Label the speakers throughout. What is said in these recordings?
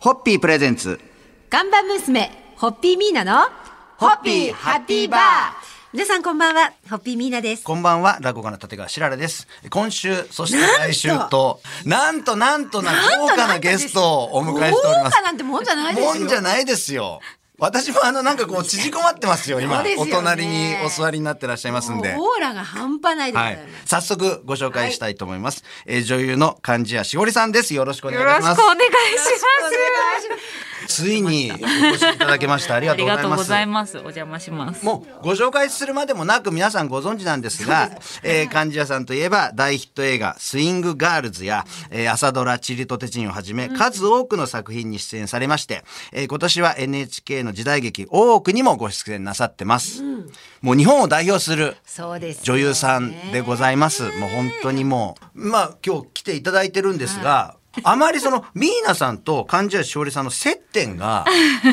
Speaker 1: ホッピープレゼンツ。
Speaker 2: ガンバ娘、ホッピーミーナの、
Speaker 1: ホッピーハッピーバー
Speaker 2: 皆さんこんばんは、ホッピーミーナです。
Speaker 1: こんばんは、落語家の立川しららです。今週、そして来週と、なんとなんとな豪華なゲストをお迎えしております
Speaker 2: 豪華。なんてもんじゃないですよ。
Speaker 1: もんじゃないですよ。私もあのなんかこう縮こまってますよ今
Speaker 2: そうですよ
Speaker 1: お
Speaker 2: ね
Speaker 1: 隣にお座りになってらっしゃいますんで
Speaker 2: もうオーラが半端ないです
Speaker 1: は
Speaker 2: から
Speaker 1: い
Speaker 2: ね。
Speaker 1: 早速ご紹介したいと思います、えー女優の貫地谷しおりさんですよろしくお願い
Speaker 3: よろし
Speaker 1: し
Speaker 3: くお
Speaker 1: ます
Speaker 3: 願いし
Speaker 1: ついにお越しいただきましたあり
Speaker 3: ます。あ
Speaker 1: がとうござい
Speaker 3: りがとう
Speaker 1: ま
Speaker 3: ご
Speaker 1: す
Speaker 3: ざいます。お邪魔します。
Speaker 1: もうご紹介するまでもなく皆さんご存知なんですが、えー、貫地谷さんといえば大ヒット映画「スイングガールズや」えー朝ドラ「チリとテチン」をはじめ数多くの作品に出演されまして、えー今年は NHK の時代劇「大奥」にもご出演なさってます。もう日本を代表する
Speaker 2: そうです、
Speaker 1: 女優さんでございます。もう本当にもう、まあ今日来ていただいてるんですが、あまりそのミーナさんと貫地谷しおりさんの接点 が、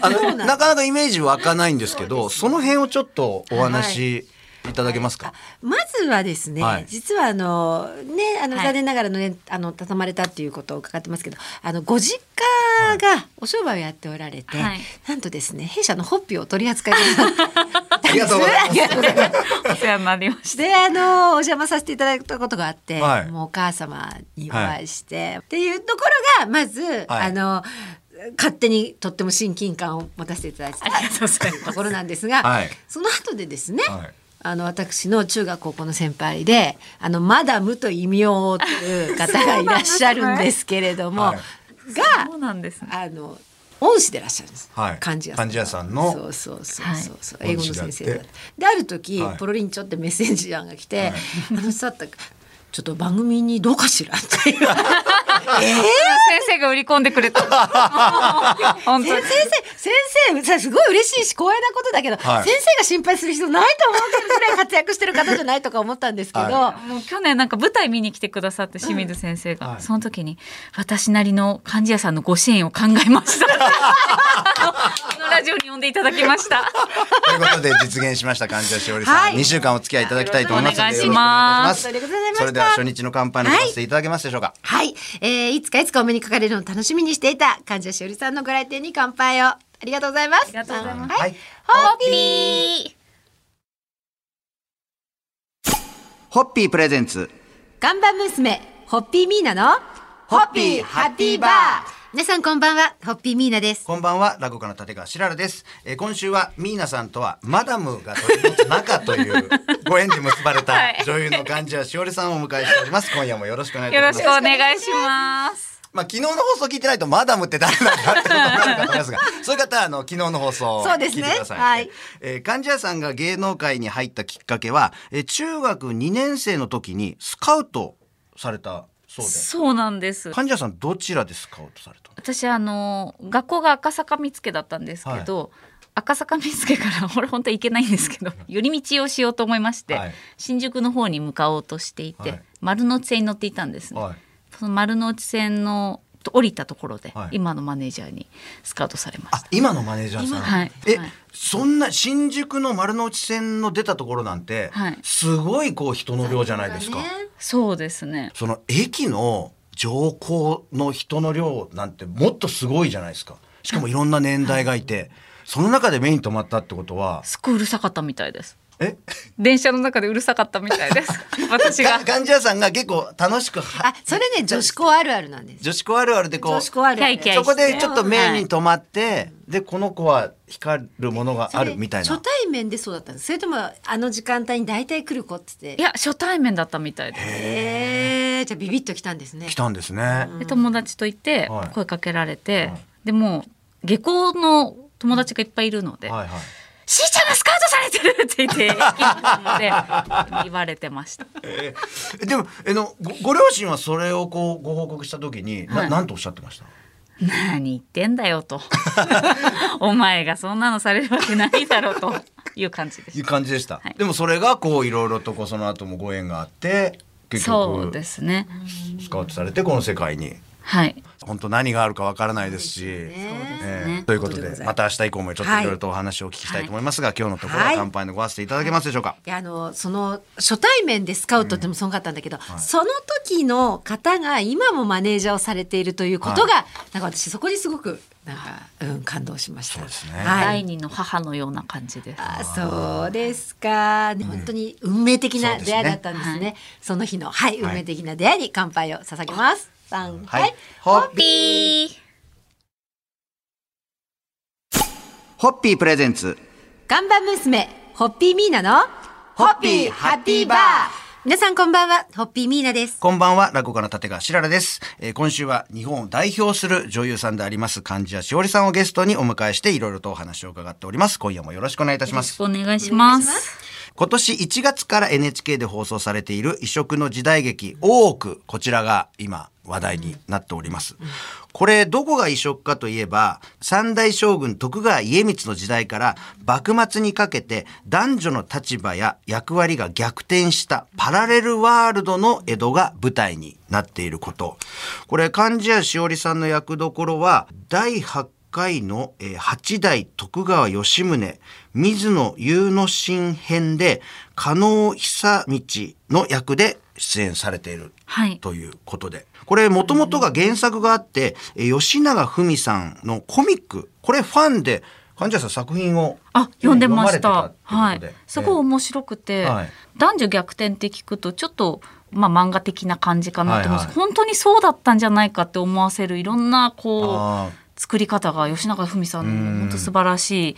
Speaker 1: あの、なかなかイメージ湧かないんですけど、その辺をちょっとお話しいただけますか。
Speaker 2: まずはですね、
Speaker 1: はい
Speaker 2: 実はあのねあの
Speaker 3: はい
Speaker 2: 残念ながらのねあの畳まれたっていうことを伺ってますけど、あのご実家がお商売をやっておられて、
Speaker 3: はい
Speaker 2: なんとですね弊社のホッピーを取り扱いになっ
Speaker 1: ありがとうござ います。
Speaker 3: お世話になりました。
Speaker 2: であのお邪魔させていただいたことがあって、
Speaker 1: はい
Speaker 2: もうお母様にお会いして、っていうところがまず、あの勝手にとっても親近感を持たせていただいて
Speaker 3: ありがとうございます
Speaker 2: ところなんですが、
Speaker 1: はい
Speaker 2: その後でですね、
Speaker 1: はい
Speaker 2: あの私の中学高校の先輩であのマダムと異名をという方がいらっしゃるんですけれども、
Speaker 1: はい
Speaker 2: が
Speaker 3: そうなんですね。
Speaker 2: あの恩師でいらっしゃるんです。
Speaker 1: はい
Speaker 2: 漢字屋
Speaker 1: 貫地谷さんの
Speaker 2: そうそうそうそうそう、
Speaker 1: はい
Speaker 2: 英語の先生だっ
Speaker 1: 恩師であ
Speaker 2: た
Speaker 1: って。
Speaker 2: である時、
Speaker 1: はい
Speaker 2: ポロリンチョってメッセンジャーが来て、あのさったちょっと番組にどうかしらっていう。
Speaker 3: 先生が売り込んでくれた。本当
Speaker 2: 先
Speaker 3: に。
Speaker 2: 生先生さすごい嬉しいし光栄なことだけど、
Speaker 1: はい
Speaker 2: 先生が心配する必要ないと思ってるぐらい活躍してる方じゃないとか思ったんですけど、
Speaker 1: は
Speaker 3: もう去年なんか舞台見に来てくださって清水先生が、その時に私なりの貫地谷さんのご支援を考えました。あのラジオに呼んでいただきました。
Speaker 1: ということで実現しました貫地谷しおりさん、
Speaker 2: はい
Speaker 1: 2週間お付き合いいただきたいと思いますので。
Speaker 3: よろしくお願いします
Speaker 1: よろくお
Speaker 2: あ
Speaker 1: 願い
Speaker 2: り
Speaker 1: し
Speaker 2: が
Speaker 1: そ
Speaker 2: とうございました
Speaker 1: れでは初日の乾杯のさせていただけますでしょうか。
Speaker 2: はい、えーいつかいつかお目にかかれるのを楽しみにしていた患者しおりさんのご来店に乾杯をありがとうございます
Speaker 3: ありがとうございます
Speaker 2: はい、
Speaker 1: はい
Speaker 2: ホッピー
Speaker 1: ホッピープレゼンツ。
Speaker 2: ガンバ娘ホッピーミーナの
Speaker 1: ホッピーハッピーバー
Speaker 2: 皆さんこんばんはホッピーミーナです
Speaker 1: こんばんは、落語家の立川しららです。えー今週はミーナさんとはマダムが取り持つ仲というご縁で結ばれ
Speaker 3: は
Speaker 1: た
Speaker 3: い
Speaker 1: 女優の貫地谷しおりさんをお迎えしております。今夜もよろしくお願いい
Speaker 3: よ
Speaker 1: た
Speaker 3: ろ
Speaker 1: し
Speaker 3: し
Speaker 1: ま
Speaker 3: く
Speaker 1: す。
Speaker 3: お願いします。
Speaker 1: まあ昨日の放送聞いてないとマダムって誰なんだってことになるかと思いますが、そういう方はあの昨日の放送を
Speaker 2: そ
Speaker 1: 聞
Speaker 2: うで
Speaker 1: い
Speaker 2: す
Speaker 1: て
Speaker 2: ね
Speaker 1: ください。
Speaker 2: はい
Speaker 1: えー貫地谷さんが芸能界に入ったきっかけは、えー中学2年生の時にスカウトされたそうで、
Speaker 3: そうなんです。
Speaker 1: 貫地谷さんどちらでスカウトされたの？
Speaker 3: 私あの学校が赤坂見附だったんですけど、赤坂見附から 俺本当は行けないんですけど寄り道をしようと思いまして、
Speaker 1: はい
Speaker 3: 新宿の方に向かおうとしていて、
Speaker 1: はい
Speaker 3: 丸の内線に乗っていたんですね、
Speaker 1: はい
Speaker 3: その丸の内線の降りたところで、
Speaker 1: はい
Speaker 3: 今のマネージャーにスカウトされまし
Speaker 1: あ、今のマネージャーさん。
Speaker 3: 今はい
Speaker 1: え、
Speaker 3: はい
Speaker 1: そんな新宿の丸の内線の出たところなんて、
Speaker 3: はい
Speaker 1: すごいこう人の量じゃないですか。
Speaker 3: たそうですね
Speaker 1: その駅の乗降の人の量なんてもっとすごいじゃないですか。しかもいろんな年代がいて、その中でメイン止まったってことは、
Speaker 3: すっごいうるさかったみたいです
Speaker 1: え、
Speaker 3: 電車の中でうるさかったみたいです 私が
Speaker 1: か患者さんが結構楽しくは
Speaker 2: あ、それね女子校あるあるなんです
Speaker 1: 女子校あるあるでこ
Speaker 2: 女
Speaker 1: う。
Speaker 2: 子校あるある
Speaker 3: キャイキャイ
Speaker 1: そこでちょっと目に留まって、でこの子は光るものがあるみたいな。
Speaker 2: 初対面でそうだったんですそれともあの時間帯に大体来る子って言っ
Speaker 3: い
Speaker 2: て
Speaker 3: や初対面だったみたいです
Speaker 2: えー、じゃあビビッと来たんですね
Speaker 1: 来たんですね。
Speaker 3: で友達といて
Speaker 1: はい
Speaker 3: 声かけられて、
Speaker 1: はい
Speaker 3: でもう下校の友達がいっぱいいるので「
Speaker 1: はいはい。
Speaker 3: しーちゃんがスカウトされてる!」って言って駅に乗って言われて ました
Speaker 1: えーでもえのごご両親はそれをこうご報告した時に、
Speaker 3: はい
Speaker 1: ななんとおっしゃってました
Speaker 3: 「何言ってんだよ」と 「お前がそんなのされるわけないだろ」うという感じで
Speaker 1: い
Speaker 3: し
Speaker 1: う感じでした、
Speaker 3: はい
Speaker 1: でもそれがこういろいろとこうその後もご縁があって
Speaker 3: た
Speaker 1: 結
Speaker 3: そう
Speaker 1: 局
Speaker 3: ですね
Speaker 1: スカウトされてこの世界に
Speaker 3: はい。
Speaker 1: 本当何があるかわからないですし。えーということで、また明日以降もちょっといろいろとお話をお聞きしたいと思いますが、今日のところは
Speaker 2: はい
Speaker 1: 乾杯のご挨拶いただけますでしょうか。
Speaker 2: いやあのその初対面でスカウトってもすごかったんだけど、その時の方が今もマネージャーをされているということが、なんか私そこにすごくなんか、うん、感動しました。
Speaker 1: そうですね
Speaker 2: は
Speaker 3: 第
Speaker 2: い
Speaker 3: 二の母のような感じです。
Speaker 2: あそうですか、本当に運命的な出会いだったんですね。その日のはい運命的な出会いに乾杯を捧げます。三
Speaker 1: は
Speaker 2: はいい、
Speaker 1: ホッ
Speaker 3: ピー。
Speaker 1: ホッピープレゼンツ。
Speaker 2: 看板娘、ホッピーミーナの、
Speaker 1: ホッピーハッピーバー
Speaker 2: 皆さんこんばんは、ホッピーミーナです。
Speaker 1: こんばんは、落語家の立川しららです、えー今週は日本を代表する女優さんであります、貫地谷しおりさんをゲストにお迎えして、いろいろとお話を伺っております。今夜もよろしくお願いいたし
Speaker 3: よろ
Speaker 1: ま
Speaker 3: し
Speaker 1: す
Speaker 3: く。お願いします。
Speaker 1: 今年1月から NHK で放送されている異色の時代劇「大奥」こちらが今話題になっております。これどこが異色かといえば三代将軍徳川家光の時代から幕末にかけて男女の立場や役割が逆転したパラレルワールドの江戸が舞台になっていることこれ貫地谷しおりさんの役どころは第8回の、えー八代徳川吉宗水野祐之進編で加納久道の役で出演されている
Speaker 3: はい。
Speaker 1: ということでこれもともとが原作があって、えー吉永文さんのコミックこれファンで患者さん作品を
Speaker 3: あ、読んでまし
Speaker 1: 読まれ
Speaker 3: た
Speaker 1: て。た
Speaker 3: は
Speaker 1: ってう
Speaker 3: い
Speaker 1: こで。
Speaker 3: すごい
Speaker 1: えー
Speaker 3: 面白くて、
Speaker 1: はい
Speaker 3: 男女逆転って聞くとちょっと。まあ、漫画的な感じかなと思うんです
Speaker 1: はい
Speaker 3: けど、本当にそうだったんじゃないかって思わせるいろんなこ
Speaker 1: あ
Speaker 3: う作り方が吉永文さん
Speaker 1: うん
Speaker 3: の本当素晴らしい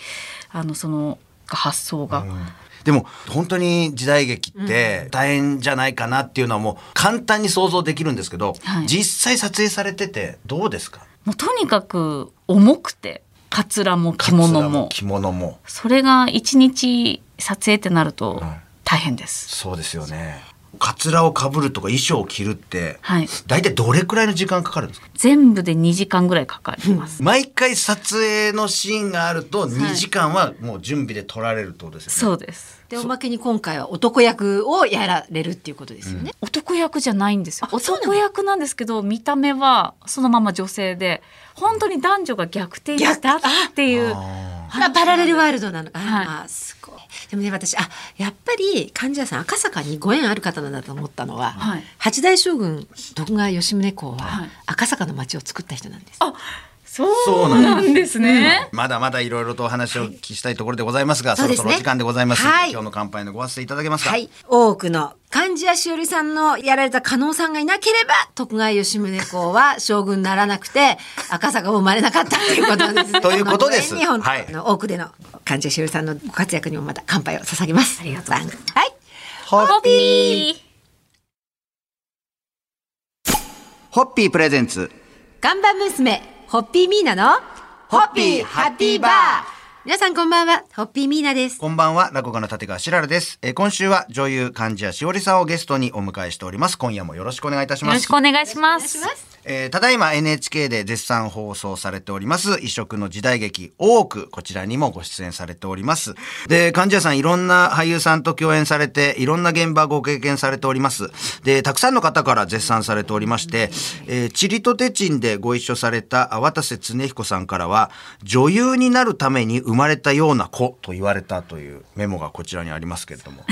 Speaker 3: あのその発想が、
Speaker 1: ーでも本当に時代劇って大変じゃないかなっていうのはもう簡単に想像できるんですけど、
Speaker 3: はい
Speaker 1: 実際撮影されててどうですか
Speaker 3: もうとにかく重くてかつらも着
Speaker 1: カツ
Speaker 3: 物
Speaker 1: ラ
Speaker 3: も
Speaker 1: 着物も
Speaker 3: それが一日撮影ってなると
Speaker 1: はい
Speaker 3: 大変です、
Speaker 1: そうですよねカツラをかぶるとか衣装を着るって、
Speaker 3: はい
Speaker 1: 大体どれくらいの時間かかるんですか
Speaker 3: 全部で2時間ぐらいかかり ます
Speaker 1: 毎回撮影のシーンがあると2時間はもう準備で取られるってことですよね、
Speaker 3: そうです
Speaker 2: でおまけに今回は男役をやられるっていうことですよね。
Speaker 3: 男役じゃないんですよ
Speaker 2: あそうなの
Speaker 3: 男役なんですけど見た目はそのまま女性で本当に男女が逆転したっていう
Speaker 1: あ
Speaker 2: まあパラレルワールドなのか、
Speaker 3: はい
Speaker 2: あーすごい。でもね私あやっぱり患者さん赤坂にご縁ある方なんだと思ったのは、
Speaker 3: はい
Speaker 2: 八代将軍徳川吉宗公
Speaker 3: は
Speaker 2: はい赤坂の町を作った人なんです。
Speaker 3: そうなんですね、
Speaker 1: ーまだまだいろいろとお話をお聞きしたいところでございますが、そ
Speaker 2: そう
Speaker 1: ろ
Speaker 2: で
Speaker 1: そ
Speaker 2: すね
Speaker 1: ろお時間でございますので、
Speaker 2: はい
Speaker 1: 今日の乾杯のご挨拶いただけますか、
Speaker 2: はい、多くの貫地谷しおりさんのやられた加納さんがいなければ徳川吉宗公は将軍にならなくて 赤坂を生まれなかったという ことですね。
Speaker 1: ということです
Speaker 2: まあご縁に本当
Speaker 1: はい
Speaker 2: あの多くでの貫地谷しおりさんのご活躍にもまた乾杯を捧げます。ありがとうございます。はい、
Speaker 1: ホ
Speaker 3: ホッピー
Speaker 1: ホッピープレゼンツ
Speaker 2: 看板娘ホッピーミーナの
Speaker 1: ホッピーハッピーバー
Speaker 2: 皆さんこんばんはホッピーミーナです。
Speaker 1: こんばんは、落語家の立川しららです。えー今週は女優貫地谷しおりさんをゲストにお迎えしております。今夜もよろしくお願いいたし
Speaker 3: よ
Speaker 1: ま
Speaker 3: ろ
Speaker 1: す
Speaker 3: しく。お願いしま
Speaker 2: お願いし
Speaker 3: す
Speaker 2: ます。
Speaker 1: えーただいま NHK で絶賛放送されております異色の時代劇多くこちらにもご出演されておりますで貫地谷さんいろんな俳優さんと共演されていろんな現場ご経験されておりますでたくさんの方から絶賛されておりまして「えーチリとテチン」でご一緒されたあ渡瀬恒彦さんからは女優になるために生まれたような子と言われたというメモがこちらにありますけれども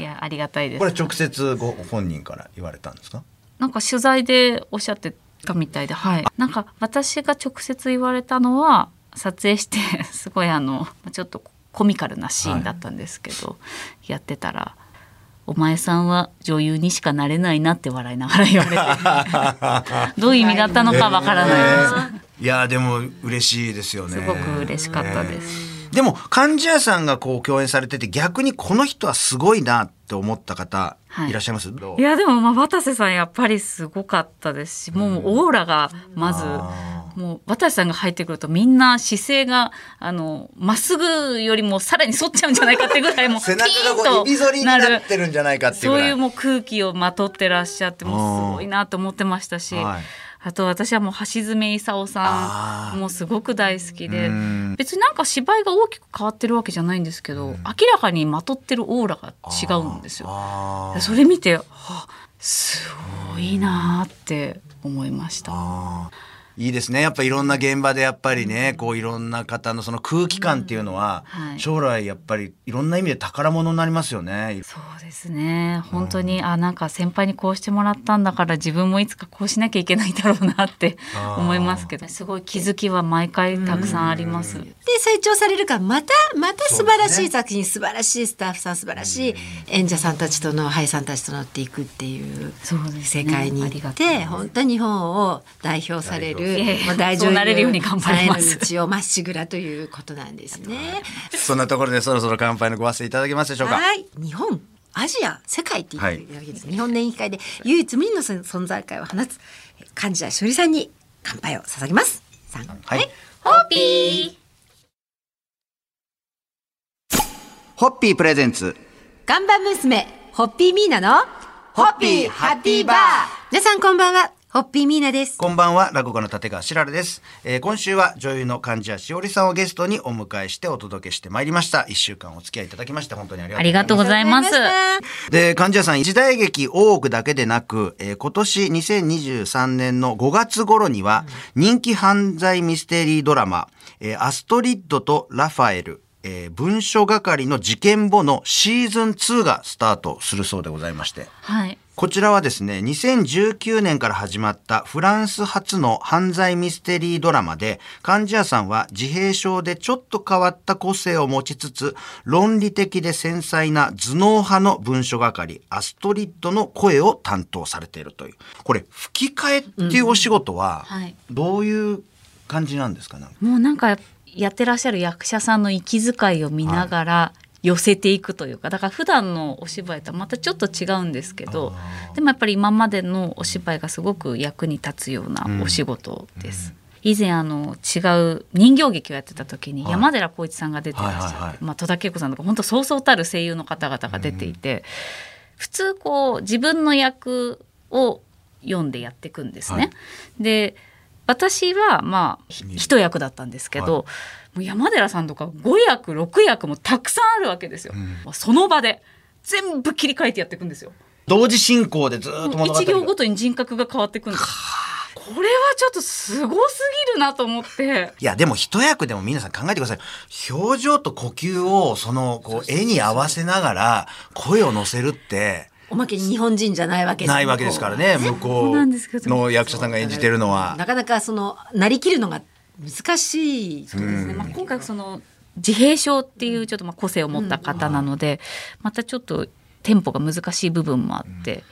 Speaker 3: いやありがたいです
Speaker 1: これ直接ご本人から言われたんですか
Speaker 3: なんか取材でおっしゃってたみたいで、はい。なんか私が直接言われたのは撮影して すごいあのちょっとコミカルなシーンだったんですけど、やってたら。お前さんは女優にしかなれないなって笑いながら言われてどういう意味だったのかわからないで
Speaker 1: いやーでも嬉しいですよね
Speaker 3: すすごく嬉しかったです、
Speaker 1: でも貫地谷さんがこう共演されてて逆にこの人はすごいなって思った方
Speaker 3: はい
Speaker 1: いらっしゃいます、どう
Speaker 3: いやでもまあ渡瀬さんやっぱりすごかったですしもうオーラがまず
Speaker 1: あ
Speaker 3: もう渡瀬さんが入ってくるとみんな姿勢があのまっすぐよりもさらに反っちゃうんじゃないかってぐらいもう
Speaker 1: 背中がこう
Speaker 3: ピ
Speaker 1: 指
Speaker 3: ーンと
Speaker 1: 反りになってるんじゃないかっていう
Speaker 3: そ
Speaker 1: ぐ
Speaker 3: う
Speaker 1: らい
Speaker 3: いうもう空気をまとってらっしゃってもうすごいなと思ってましたし、
Speaker 1: はい
Speaker 3: あと私はもう橋爪功
Speaker 1: あ
Speaker 3: さ
Speaker 1: ー
Speaker 3: んもうすごく大好きで
Speaker 1: うん
Speaker 3: 別になんか芝居が大きく変わってるわけじゃないんですけど明らかにまとってるオーラが違うんですよ。
Speaker 1: あー
Speaker 3: それ見て、はあすごいなーって思いました。
Speaker 1: あーいいですねやっぱいろんな現場でやっぱりねこういろんな方のその空気感っていうのは
Speaker 3: うんはい
Speaker 1: 将来やっぱりいろんな意味で宝物になりますよね。
Speaker 3: そうですね本当に、あなんか先輩にこうしてもらったんだから自分もいつかこうしなきゃいけないだろうなって
Speaker 1: あー
Speaker 3: 思いますけどすごい気づきは毎回たくさんあります。
Speaker 2: で成長されるからまたまた素晴
Speaker 1: そうで
Speaker 2: らし
Speaker 1: す
Speaker 2: い
Speaker 1: ね
Speaker 2: 作品、素晴らしいスタッフさん素晴らしい演者さんたちとの俳優さんたちと乗っていくっていう
Speaker 3: そうですね
Speaker 2: 世界に
Speaker 3: あ
Speaker 2: 行
Speaker 3: りが
Speaker 2: ったて
Speaker 3: い
Speaker 2: 本当に日本を代表される
Speaker 3: いやいや
Speaker 2: もう大
Speaker 3: そうなれるように頑張ります
Speaker 2: さんへの道をまっしぐらということなんですね。
Speaker 1: そんなところでそろそろ乾杯のご発声いただけますでしょうか。
Speaker 2: はい、日本、アジア、世界っていうわけです。日本年議会で唯一無二の存存在感を放つ幹事や処理さんに乾杯を捧げます。さん
Speaker 1: はい
Speaker 2: ホッピー
Speaker 1: ホッピープレゼンツ
Speaker 2: ガンバ娘、ホッピーミーナの
Speaker 1: ホッピーハッピーバー
Speaker 2: 皆さんこんばんは、ホッピーミーナです。
Speaker 1: こんばんは、落語家の立川しらるです。えー今週は女優の貫地谷しおりさんをゲストにお迎えしてお届けしてまいりました。一週間お付き合いいただきまして、本当にありがとうございます。
Speaker 3: ありがとうござ
Speaker 2: ありがとうござい
Speaker 3: います
Speaker 2: まし
Speaker 1: で、患者さん、時代劇大奥だけでなく、えー今年2023年の5月頃には、人気犯罪ミステリードラマ、えーアストリッドとラファエル、えー文書係の事件簿のシーズン2がスタートするそうでございまして。
Speaker 3: はい
Speaker 1: こちらはですね、2019年から始まったフランス初の犯罪ミステリードラマで、貫地谷さんは自閉症でちょっと変わった個性を持ちつつ、論理的で繊細な頭脳派の文書係、アストリッドの声を担当されているという。これ、吹き替えっていうお仕事は
Speaker 3: うんはい、
Speaker 1: どういう感じなんですかね、
Speaker 3: もうなんかやってらっしゃる役者さんの息遣いを見ながら寄せていくというかだから普段のお芝居とはまたちょっと違うんですけどでもやっぱり今までのお芝居がすごく役に立つようなお仕事です。以前あの違う人形劇をやってた時に
Speaker 1: はい
Speaker 3: 山寺宏一さんが出てらっしゃっ
Speaker 1: はい
Speaker 3: て、
Speaker 1: はいはい
Speaker 3: まあ、戸田恵子さんとか本当そうそうたる声優の方々が出ていて、普通こう自分の役を読んでやっていくんですね。
Speaker 1: はい
Speaker 3: で私はまあひ一役だったんですけど、
Speaker 1: は
Speaker 3: もう山寺さんとか5役6役もたくさんあるわけですよ。もうその場で全部切り替えてやっていくんですよ。
Speaker 1: 同時進行でずーっと物語
Speaker 3: 一行ご
Speaker 1: が。
Speaker 3: とに人格が変わっていくんです。これはちょっとすごすぎるなと思って。
Speaker 1: いや、でも一役でも皆さん考えてください。表情と呼吸を、その、こう、絵に合わせながら、声を乗せるって、
Speaker 2: たおまけに日本人じゃないわけ
Speaker 1: ないわけですから。ね、向こ
Speaker 3: そうなんですけ
Speaker 1: う
Speaker 3: ど
Speaker 1: の役者さんが演じてるのは。
Speaker 2: なかなかそのなりきるのが難しい。
Speaker 3: そうですね。まあ今回その自閉症っていうちょっとまあ個性を持った方なので、またちょっとテンポが難しい部分もあって。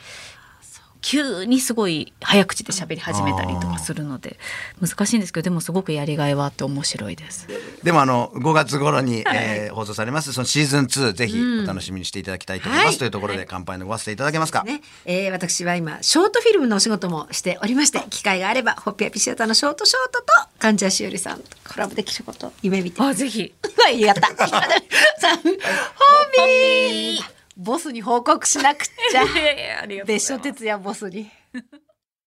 Speaker 3: 急にすごい早口で喋り始めたりとかするので難しいんですけどでもすごくやりがいはあって面白いです。
Speaker 1: でもあの、5月頃に、えー放送されます、そのシーズン2、ぜひお楽しみにしていただきたいと思いま
Speaker 2: は
Speaker 1: す。
Speaker 2: い
Speaker 1: というところで乾杯のごわせていただけますか。
Speaker 2: ね、えー私は今ショートフィルムのお仕事もしておりまして機会があればホッピーアピシアターのショートショートと患者しおりさんとコラボできることを夢見て
Speaker 3: あぜひ
Speaker 2: はい、 やった。 さあホッピーボスに報告しなくっちゃ。
Speaker 3: いやいやありがとうござい
Speaker 2: 別所
Speaker 3: ます
Speaker 2: 哲也ボスに。